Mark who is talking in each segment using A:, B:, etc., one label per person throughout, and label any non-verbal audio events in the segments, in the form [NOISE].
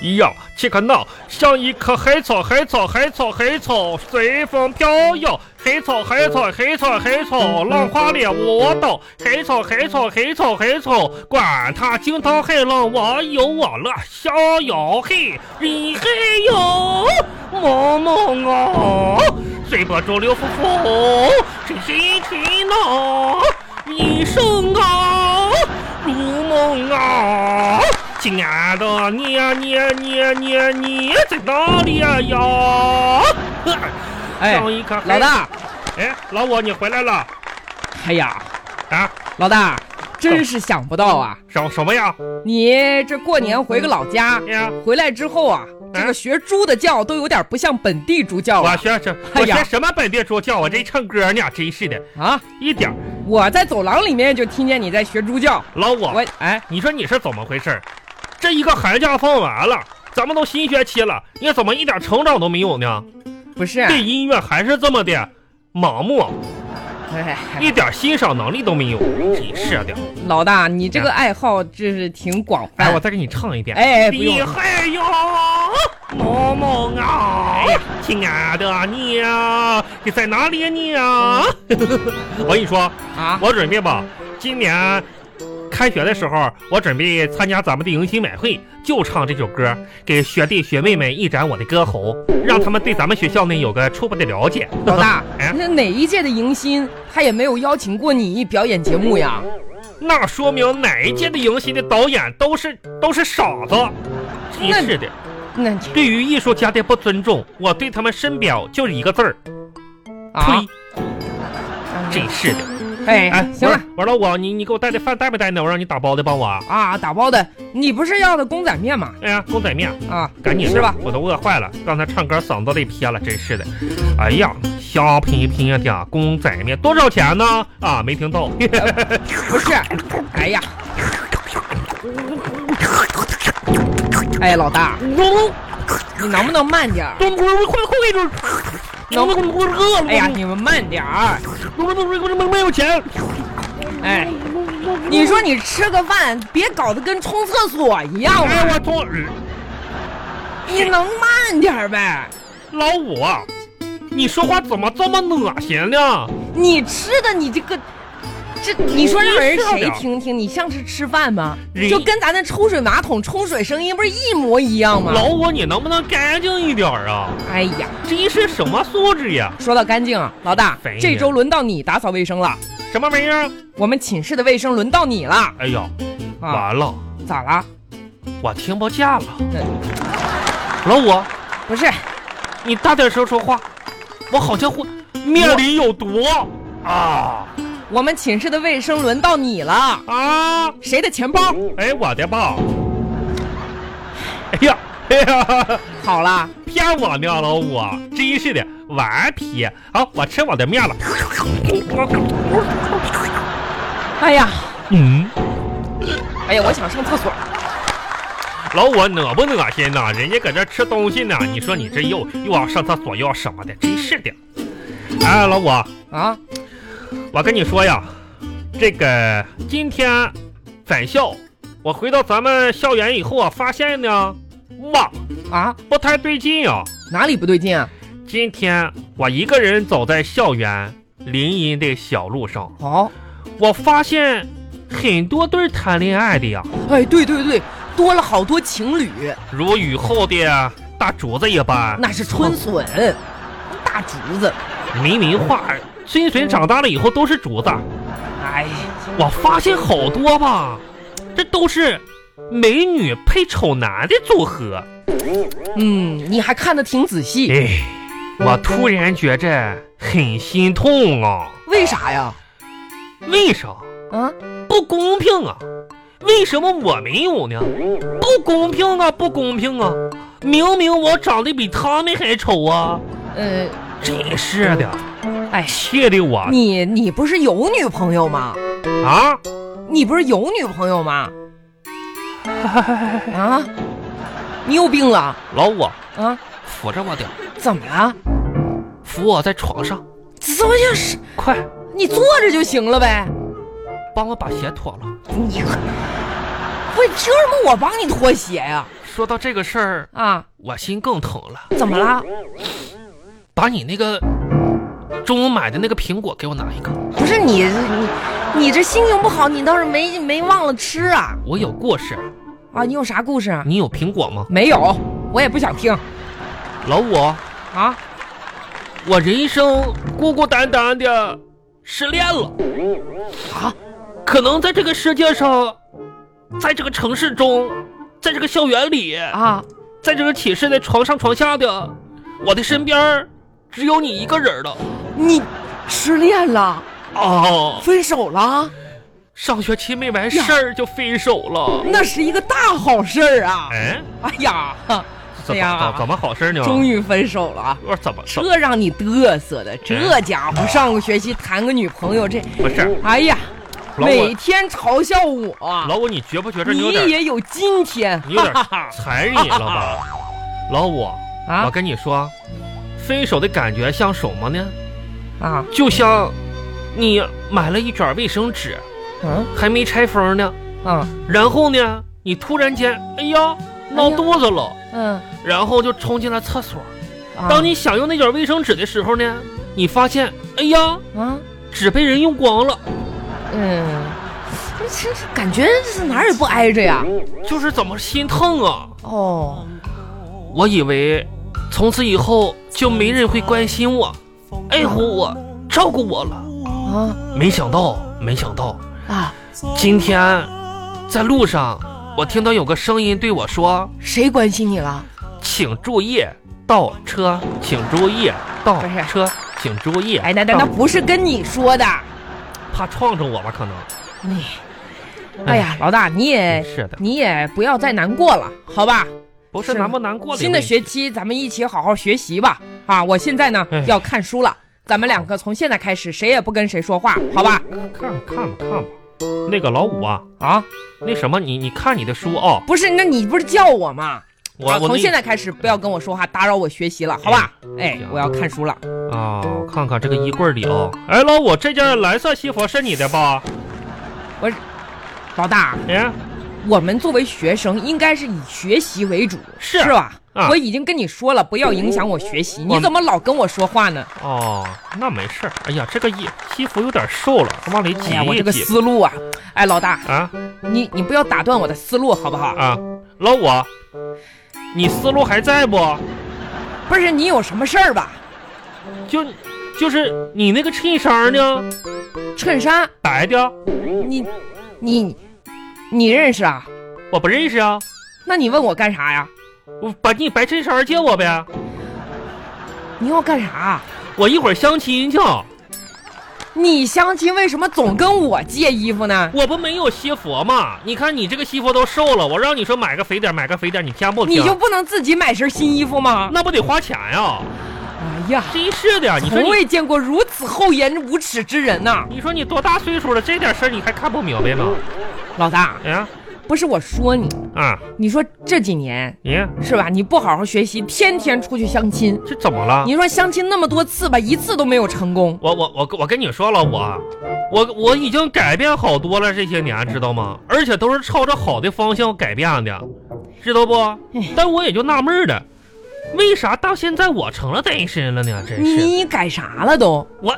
A: 一样。且看那像一棵黑草，黑草，黑草，黑草随风飘摇。黑草，黑草，黑草，黑草，浪花脸我倒。黑草，黑草，黑草，黑草，管他惊涛骇浪，我有我乐，逍遥嘿，你嘿哟，萌萌哦，随波逐流，浮浮，谁谁谁闹，一生啊，如梦啊。亲爱的，你呀、你呀、你呀、你呀、你在哪里呀、呀？
B: 哎，
A: 上一颗黑
B: 老大，
A: 哎，老五，你回来了
B: 哎呀，
A: 啊？
B: 老大，真是想不到啊！
A: 什什么呀？
B: 你这过年回个老家，
A: 呀，
B: 回来之后啊，
A: 哎
B: 这个学猪的叫都有点不像本地猪叫
A: 我
B: 了
A: 学这，
B: 哎
A: 我
B: 呀
A: 学什么本地猪叫？我这唱歌呢，真是的，
B: 啊！
A: 一点儿
B: 我在走廊里面就听见你在学猪叫，
A: 老五，
B: 我哎，
A: 你说你是怎么回事儿？这一个寒假放完了，咱们都新学期了，你怎么一点成长都没有呢？
B: 不是，
A: 对音乐还是这么的盲目，
B: 哎，
A: 一点欣赏能力都没有，真是的。
B: 老大，你这个爱好真是挺广
A: 哎，
B: 泛
A: 我。再给你唱一遍。
B: 哎，哎不
A: 厉
B: 用，
A: 害哟，萌萌啊！亲爱的你啊，你在哪里你啊？ [LAUGHS] 我跟你说，
B: 啊，
A: 我准备吧，今年开学的时候，我准备参加咱们的迎新晚会，就唱这首歌，给学弟学妹们一展我的歌喉，让他们对咱们学校呢有个初步的了解。
B: 嗯老大，
A: 哎
B: 那哪一届的迎新他也没有邀请过你表演节目呀？
A: [LAUGHS] 那说明哪一届的迎新的导演都是都是傻子，
B: 那
A: 真是的。
B: 那你
A: 对于艺术家的不尊重，我对他们深表就是一个字儿：
B: 啊，
A: 呸！真是的。
B: 哎，行了。，
A: 我说老五，你你给我带的饭带没带呢？我让你打包的，帮我啊。
B: 啊，打包的，你不是要的公仔面吗？
A: 哎呀，公仔面，
B: 啊，
A: 赶紧
B: 吃吧。
A: 我都饿坏了。刚才唱歌嗓子都撇了，真是的。哎呀，香喷喷的公仔面多少钱呢？啊，没听到。
B: 不是，哎呀，哎，老大，你能不能慢点儿？哎呀，你们慢点儿！
A: 没有钱。
B: 哎，你说你吃个饭，别搞得跟冲厕所一样
A: 哎，
B: 嘛！
A: 我操！
B: 你能慢点儿呗？
A: 老五，你说话怎么这么恶心呢？
B: 你吃的你这个，这你说让人谁听听？你像是吃饭吗？
A: 你
B: 就跟咱那抽水马桶冲水声音不是一模一样吗？
A: 老五，你能不能干净一点儿啊？
B: 哎呀！
A: 这是什么素质呀？
B: 说到干净啊，老大
A: 肥，呀
B: 这周轮到你打扫卫生了，
A: 什么玩意儿？
B: 我们寝室的卫生轮到你了
A: 哎呀，
B: 啊！
A: 完了，
B: 咋了？
A: 我听不见了
B: 对。
A: 老五，
B: 不是
A: 你大点声说话，我好像会面里有毒啊
B: 我们寝室的卫生轮到你了，
A: 啊！
B: 谁的钱包？
A: 哎，我的吧。哎呀，哎呀，
B: 好了，
A: 骗我呢，老五，真是的，顽皮。好，我吃我的面了。
B: 哎呀，
A: 嗯，
B: 哎呀，我想上厕所。
A: 老五恶不恶心呐？人家搁这吃东西呢，你说你这又又要上厕所又要什么的，真是的。哎，老五，
B: 啊，
A: 我跟你说呀，这个今天返校，我回到咱们校园以后啊，发现呢，哇，
B: 啊，
A: 不太对劲呀、
B: 哪里不对劲啊？
A: 今天我一个人走在校园林荫的小路上，
B: 哦，
A: 我发现很多对谈恋爱的呀，
B: 哎，对对对，多了好多情侣，
A: 如雨后的大竹子一般，
B: 那是春笋，大竹子。
A: 没文化，孙孙长大了以后都是竹子。
B: 哎，
A: 我发现好多吧，这都是美女配丑男的组合。
B: 嗯，你还看得挺仔细，
A: 哎，我突然觉着很心痛啊！
B: 为啥呀？
A: 为啥
B: 啊，
A: 不公平啊？为什么我没有呢？不公平啊！不公平啊！明明我长得比他们还丑啊！
B: 呃，
A: 真是的，
B: 哎，
A: 气的我
B: 你你不是有女朋友吗？
A: 啊！
B: 你不是有女朋友 [LAUGHS] 吗？啊，你有病了
A: 老五，
B: 啊？
A: 扶着我点儿，
B: 怎么了？
A: 扶我在床上，
B: 怎么就是
A: 快
B: 你坐着就行了呗？
A: 帮我把鞋脱了。
B: 你可，我凭什么我帮你脱鞋呀、
A: 说到这个事儿，
B: 啊，
A: 我心更疼了。
B: 怎么了？
A: 把你那个中午买的那个苹果给我拿一个，
B: 不是你你你这心情不好，你倒是没没忘了吃啊？
A: 我有过事儿，
B: 啊，你有啥故事？啊？
A: 你有苹果吗？
B: 没有，我也不想听
A: 老五，
B: 啊。
A: 我人生孤孤单单的失恋了啊！可能在这个世界上，在这个城市中，在这个校园里，
B: 啊，
A: 在这个寝室的床上床下的，我的身边儿只有你一个人了。
B: 你失恋了，
A: 哦，
B: 分手了，
A: 上学期没完事儿就分手了。
B: 那是一个大好事儿啊！
A: 哎，
B: 哎呀，哎
A: 怎么怎
B: 呀，
A: 怎么好事呢？
B: 终
A: 于，
B: 于分手了。啊
A: 我怎么怎么
B: 这让你嘚瑟的，这家伙上个学期谈个女朋友，这，
A: 不是
B: 哎呀，
A: 老
B: 每
A: 五？
B: 天嘲笑我，
A: 老五，你觉不觉着你
B: 啊你
A: 有点
B: 也有今天，
A: 你有点
B: 哈哈
A: 残忍了
B: [LAUGHS]
A: 吧？老五，我
B: 啊
A: 跟你说，分手的感觉像什么呢？
B: 啊，
A: 就像你买了一卷卫生纸，
B: 嗯
A: 还没拆封呢，
B: 嗯
A: 然后呢，你突然间，哎呀，闹肚子了，
B: 嗯，
A: 然后就冲进了厕所。
B: 啊
A: 当你想用那卷卫生纸的时候呢，你发现，哎呀，
B: 啊
A: 纸被人用光了。
B: 嗯，这这感觉是哪儿也不挨着呀，
A: 就是怎么心疼啊！
B: 哦，
A: 我以为从此以后就没人会关心我、爱护我、照顾我了。
B: 啊
A: 没想到，没想到，
B: 啊，
A: 今天在路上，我听到有个声音对我说
B: 谁关心你了？：“
A: 请注意倒车，请注意倒
B: 不是
A: 车，请注意。”
B: 哎，那那那
A: 倒
B: 不是跟你说的，
A: 怕撞着我吧？可能
B: 你，哎呀，老大你也
A: 是的，
B: 你也不要再难过了，好吧？
A: 不是
B: 是
A: 难不难过的
B: 新的
A: 问题
B: 学期咱们一起好好学习吧。啊，我现在呢
A: 哎
B: 要看书了，咱们两个从现在开始谁也不跟谁说
A: 哦
B: 话，好吧？
A: 哎看吧看吧看吧。那个老五啊，
B: 啊，
A: 那什么，你你看你的书啊、
B: 不是，那你不是叫我吗？
A: 我
B: 啊
A: 我
B: 从
A: 那
B: 现在开始不要跟我说话，打扰我学习了，好吧？哎
A: 行，
B: 我要看书了。
A: 啊，我看看这个衣柜里啊。哎，老五，这件蓝色西服是你的吧？
B: 老大，
A: 哎，
B: 我们作为学生应该是以学习为主，
A: 是
B: 是吧？
A: 啊
B: 我已经跟你说了，不要影响我学习，
A: 我
B: 你怎么老跟我说话呢？
A: 哦，那没事儿。哎呀，这个衣西服有点瘦了，往里
B: 哎
A: 挤
B: 呀，我
A: 一
B: 这个
A: 挤。
B: 思路啊，哎，老大，
A: 啊
B: 你你不要打断我的思路好不好？
A: 啊，老五，你思路还在不？
B: 不是你有什么事儿吧？
A: 就就是你那个衬衫呢，
B: 衬衫，
A: 白的，
B: 你你你认识啊？
A: 我不认识啊，
B: 那你问我干啥呀？
A: 我把你白衬衫借我呗，
B: 你要干啥？啊
A: 我一会儿相亲去。
B: 你相亲为什么总跟我借衣服呢？
A: 我不没有西服嘛？你看你这个西服都瘦了，我让你说买个肥点儿，买个肥点儿，你听不听？
B: 你就不能自己买身新衣服吗？
A: 那不得花钱呀、
B: 哎呀，
A: 真是的，你说
B: 从
A: 你，
B: 未见过如此厚颜无耻之人呐、
A: 你说你多大岁数了，这点事儿你还看不明白吗？
B: 老大，
A: 哎呀，
B: 不是我说你，
A: 啊，哎
B: 你说这几年
A: 你
B: 是吧？你不好好学习，天天出去相亲，
A: 这怎么了？
B: 你说相亲那么多次吧，一次都没有成功。
A: 我我我我跟你说了，我我我已经改变好多了，这些年知道吗？而且都是朝着好的方向改变的，知道不？
B: 哎
A: 但我也就纳闷儿了，为啥到现在我成了单身了呢？真是
B: 你改啥了都
A: 我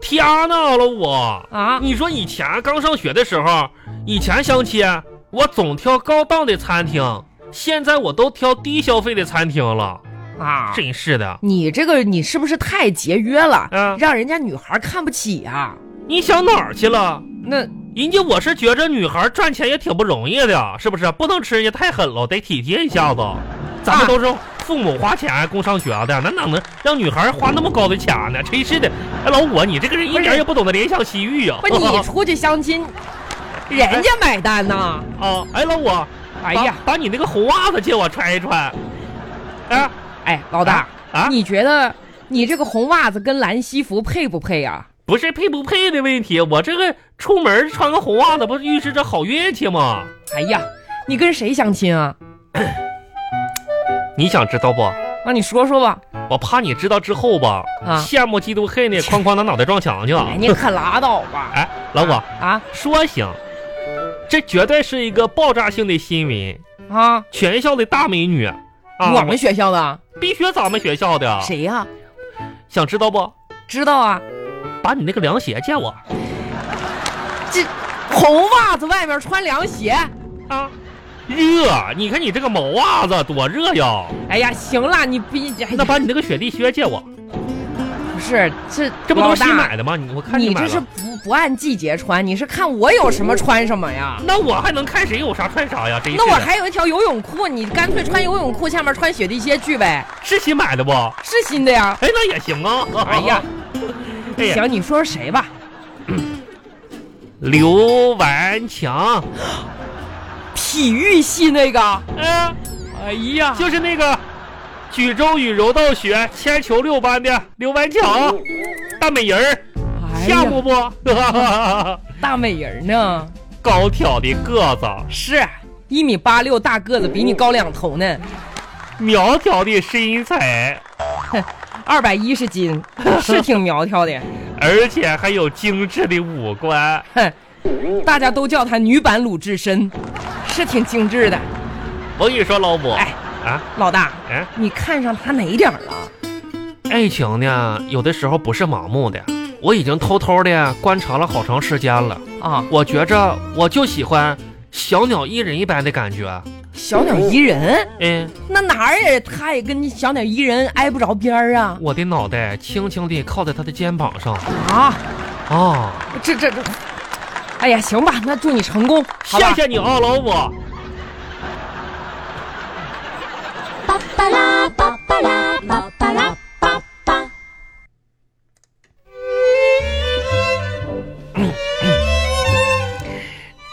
A: 天呐了我！
B: 啊？
A: 你说以前刚上学的时候，以前相亲我总挑高档的餐厅，现在我都挑低消费的餐厅了，
B: 啊，
A: 真是的。
B: 你这个你是不是太节约了，
A: 嗯
B: 让人家女孩看不起啊？
A: 你想哪儿去了？
B: 那
A: 人家我是觉着女孩赚钱也挺不容易的，是不是？不能吃人家太狠了，得体贴一下子。咱们
B: 啊
A: 都是父母花钱供上学的，那哪能让女孩花那么高的钱呢？真是的，哎，老五，你这个人一
B: 不是
A: 点也不懂得怜香惜玉啊呀、
B: 不
A: [LAUGHS]
B: 你出去相亲，人家买单呐。
A: 啊，哎，老五，
B: 哎呀，
A: 把，把你那个红袜子借我穿一穿。哎，
B: 哎，老大，
A: 啊，
B: 你觉得你这个红袜子跟蓝西服配不配啊呀、
A: 不是配不配的问题，我这个出门穿个红袜子，不是预示着好运气吗？
B: 哎呀，你跟谁相亲啊？
A: 你想知道不？
B: 那你说说吧。
A: 我怕你知道之后吧，
B: 啊
A: 羡慕嫉妒恨的，哐哐拿脑袋撞墙去。
B: 哎，你可拉倒吧。
A: 哎，老五
B: 啊，
A: 说行，这绝对是一个爆炸性的新闻，
B: 啊，
A: 全校的大美女啊！
B: 我们学校的
A: 必须咱们学校的，
B: 谁呀、
A: 想知道不？
B: 知道啊，
A: 把你那个凉鞋借我
B: 这红袜子外面穿凉鞋。
A: 啊！热，你看你这个毛袜子多热呀！
B: 哎呀，行了，你别，哎
A: 那
B: 呀，
A: 把你那个雪地靴借我，
B: 不是这
A: 这不都是新
B: 老大
A: 买的吗？你我看
B: 你
A: 买
B: 这是
A: 了，
B: 不不按季节穿，你是看我有什么穿什么呀？
A: 那我还能看谁有啥穿啥呀？这一
B: 那我
A: 系列
B: 还有一条游泳裤，你干脆穿游泳裤，下面穿雪地靴去呗，
A: 是新买的不？
B: 是新的呀。
A: 哎，那也行啊！
B: 哎呀，
A: [LAUGHS] 哎呀，
B: 行，你说说谁吧？
A: 刘顽强，
B: 体育系那个。
A: 嗯、
B: 哎呀，
A: 就是那个举重与柔道学铅球六班的刘顽强，大美人儿，
B: 哎呀
A: 羡慕不？ [LAUGHS]
B: 大美人呢？
A: 高挑的个子，
B: 是一米八六，大个子，比你高两头呢，
A: 苗条的身材，
B: 二百一十斤，是挺苗条的。
A: 而且还有精致的五官。
B: 哼，大家都叫她女版鲁智深，是挺精致的。
A: 我跟你说，老母，
B: 哎
A: 啊，
B: 老大，
A: 哎，
B: 你看上她哪一点儿了？
A: 爱情呢，有的时候不是盲目的。我已经偷偷的观察了好长时间了，
B: 啊，
A: 我觉着我就喜欢小鸟依人一般的感觉。
B: 小鸟依人，
A: 嗯，
B: 那哪儿也她也跟小鸟依人挨不着边儿啊
A: 我的脑袋轻轻地靠在他的肩膀上，
B: 啊！
A: 啊，
B: 这这这，哎呀，行吧，那祝你成功，好
A: 谢
B: 吧？
A: 谢你啊，老五。
C: 巴巴拉巴巴拉巴巴拉巴巴。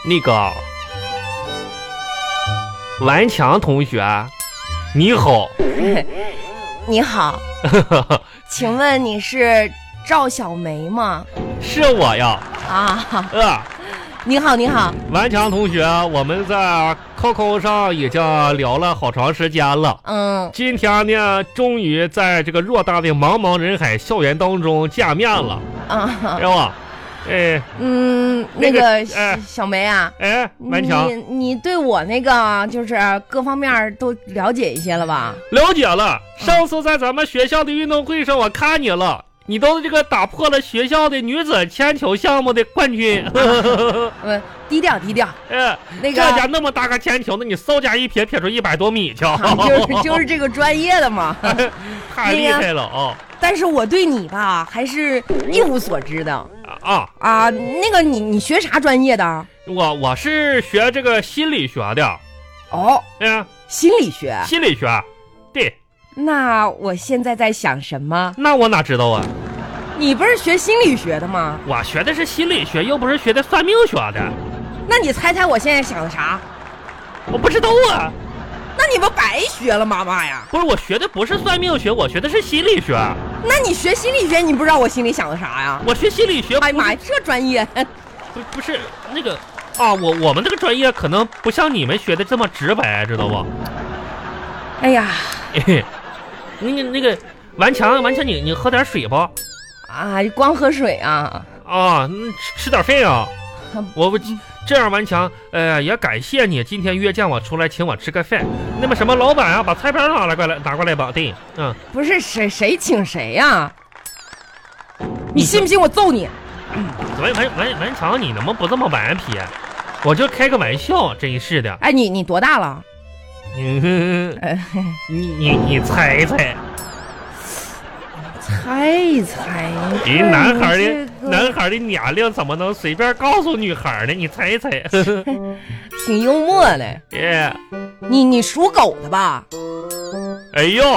A: 那个顽强同学，你好， [LAUGHS]
B: 你好，请问你是赵小梅吗？
A: 是我呀，
B: 啊，
A: 呃，
B: 你好，你好，
A: 顽强同学，我们在 QQ 上已经聊了好长时间了。
B: 嗯，
A: 今天呢，终于在这个偌大的茫茫人海校园当中见面了，
B: 啊，
A: 是吧？哎
B: 嗯，
A: 那
B: 那
A: 个
B: 个小
A: 哎
B: 小梅啊，
A: 哎，顽强
B: 你你对我那个就是呃各方面儿都了解一些了吧？
A: 了解了。
B: 嗯
A: 上次在咱们学校的运动会上，我看你了，你都这个打破了学校的女子铅球项目的冠军。
B: 嗯，低调低调。
A: [LAUGHS] 哎，
B: 那
A: 这家
B: 个
A: 那么大个铅球呢，你嗖家一撇撇出一百多米去，
B: [LAUGHS] 就是就是这个专业的嘛。
A: [LAUGHS] 太厉害了啊
B: 但是我对你吧还是一无所知的
A: 啊！
B: 啊。那个你你学啥专业的？
A: 我我是学这个心理学的，
B: 哦，
A: 嗯，
B: 心理学。
A: 心理学。对，
B: 那我现在在想什么？
A: 那我哪知道啊？
B: 你不是学心理学的吗？
A: 我学的是心理学，又不是学的算命学的，
B: 那你猜猜我现在想的啥？
A: 我不知道啊。
B: 那你不白学了妈妈呀？
A: 不是，我学的不是算命学，我学的是心理学。
B: 那你学心理学，你不知道我心里想的啥呀？
A: 我学心理学不
B: 哎
A: 是
B: 呀妈呀，这专业！
A: 不不是那个啊，我我们这个专业可能不像你们学的这么直白，知道不？
B: [LAUGHS] 哎呀，
A: [LAUGHS] 那个那个顽强顽强，你你喝点水不？
B: 啊，光喝水啊，
A: 啊，嗯吃吃点饭啊
B: 嗯。
A: 我不这样，顽强，呃，也感谢你今天约见我出来，请我吃个饭。那么什么，老板啊，把菜单拿来过来，拿过来吧。对，嗯，
B: 不是谁谁请谁呀、你
A: 你
B: 信不信我揍你？
A: 顽顽顽顽强，你能不能不这么顽皮？啊我就开个玩笑，真是的。
B: 哎，你你多大了？
A: 嗯，
B: 呃，
A: 你你你猜猜，
B: 猜一猜。
A: 人男孩的
B: 哎这个
A: 男孩的年龄怎么能随便告诉女孩呢？你猜一猜， [LAUGHS]
B: 挺幽默的。
A: 耶，
B: 你你属狗的吧？
A: 哎呦，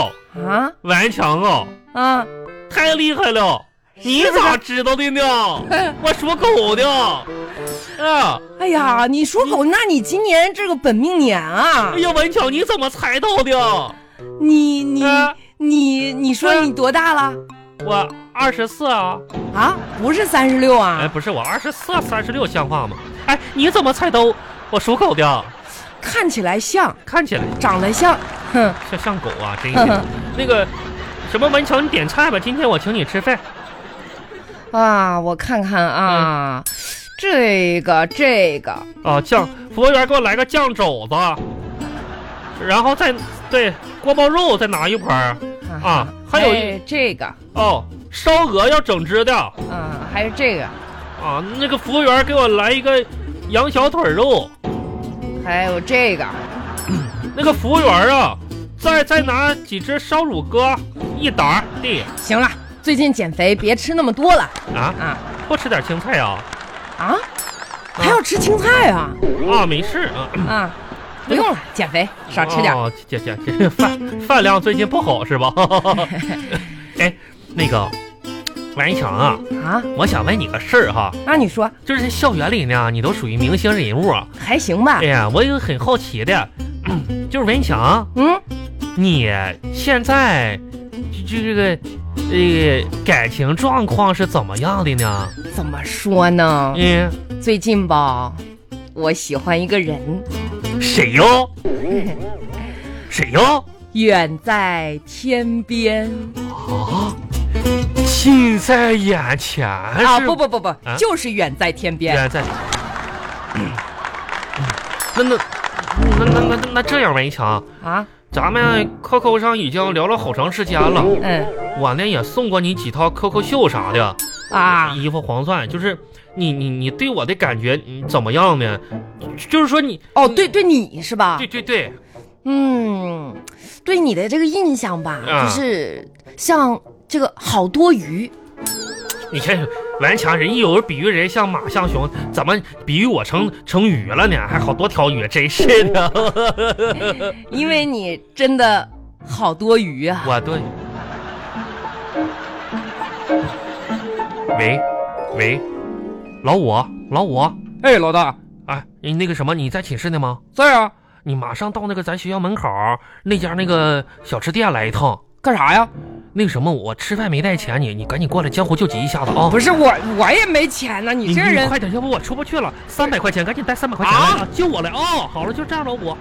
B: 啊
A: 顽强啊、
B: 啊，
A: 太厉害了！你
B: 是不是
A: 咋知道的呢？我属狗的，啊！
B: 哎呀，你属狗，那你今年这个本命年啊
A: 哎？呀，文强，你怎么猜到的？
B: 你你
A: 啊
B: 你你说你多大了？
A: 我二十四啊！
B: 啊，不是三十六
A: 哎，
B: 啊？
A: 不是，我二十四、三十六像话吗？哎，你怎么猜到我属狗的？
B: 看起来像，
A: 看起来
B: 长得像，哼，
A: 像像狗啊，真
B: [LAUGHS]
A: 是。那个什么，文强，你点菜吧，今天我请你吃饭。
B: 啊，我看看啊，
A: 嗯
B: 这个这个
A: 哦啊，酱，服务员给我来个酱肘子。然后再对锅包肉再拿一盘儿啊，还有一
B: 哎这个，
A: 哦，烧鹅要整只的
B: 嗯，还有这个，
A: 啊，那个服务员给我来一个羊小腿肉，
B: 还有这个，
A: 那个服务员啊，再再拿几只烧乳鸽一打地
B: 行了，最近减肥别吃那么多了
A: 啊，
B: 啊
A: 不吃点青菜啊
B: 啊！还要吃青菜啊
A: 啊，没事啊，
B: 啊！不用了，减肥少吃点儿。
A: 嗯哦，姐姐，这饭饭量最近不好是吧？哎，那个王一强啊，
B: 啊。
A: 我想问你个事儿哈，
B: 那你说
A: 就是在校园里呢，你都属于明星人物啊。
B: 还行吧
A: 哎？呀，我有个很好奇的，嗯 [CLEARS THROAT] 就是文强，
B: 嗯，
A: 你现在这这个呃感情状况是怎么样的呢？
B: 怎么说呢？
A: 嗯，
B: 最近吧，我喜欢一个人，
A: 谁哟？谁哟？
B: 远在天边
A: 啊，近在眼前
B: 啊！
A: 是
B: 不不不不
A: 啊，
B: 就是远在天边。
A: 远在。嗯那那那那那那这样，文强，
B: 啊，
A: 咱们 QQ 上已经聊了好长时间了，
B: 嗯
A: 我呢也送过你几套 QQ 秀啥的。
B: 啊，
A: 衣服黄钻，就是你你你对我的感觉嗯怎么样呢？就是说你
B: 哦，对对，你是吧
A: 嗯对？对对，
B: 嗯，对你的这个印象吧，
A: 啊
B: 就是像这个好多余，
A: 你看顽强人一有人比喻人像马像熊，怎么比喻我成成鱼了呢？还好多条鱼，真是的，
B: 因为你真的好多余啊。
A: 我对。喂，喂，老五，老五，
D: 哎，老大，
A: 哎，你那个什么，你在寝室呢吗？
D: 在啊，
A: 你马上到那个咱学校门口那家那个小吃店来一趟。
D: 干啥呀？
A: 那个什么，我吃饭没带钱，你你赶紧过来江湖救急一下子啊！
D: 不是我，我也没钱呢、你这人
A: 哦快点，要不我出不去了。三百块钱，赶紧带三百块钱来啊！救我来啊！好了，就这样了，我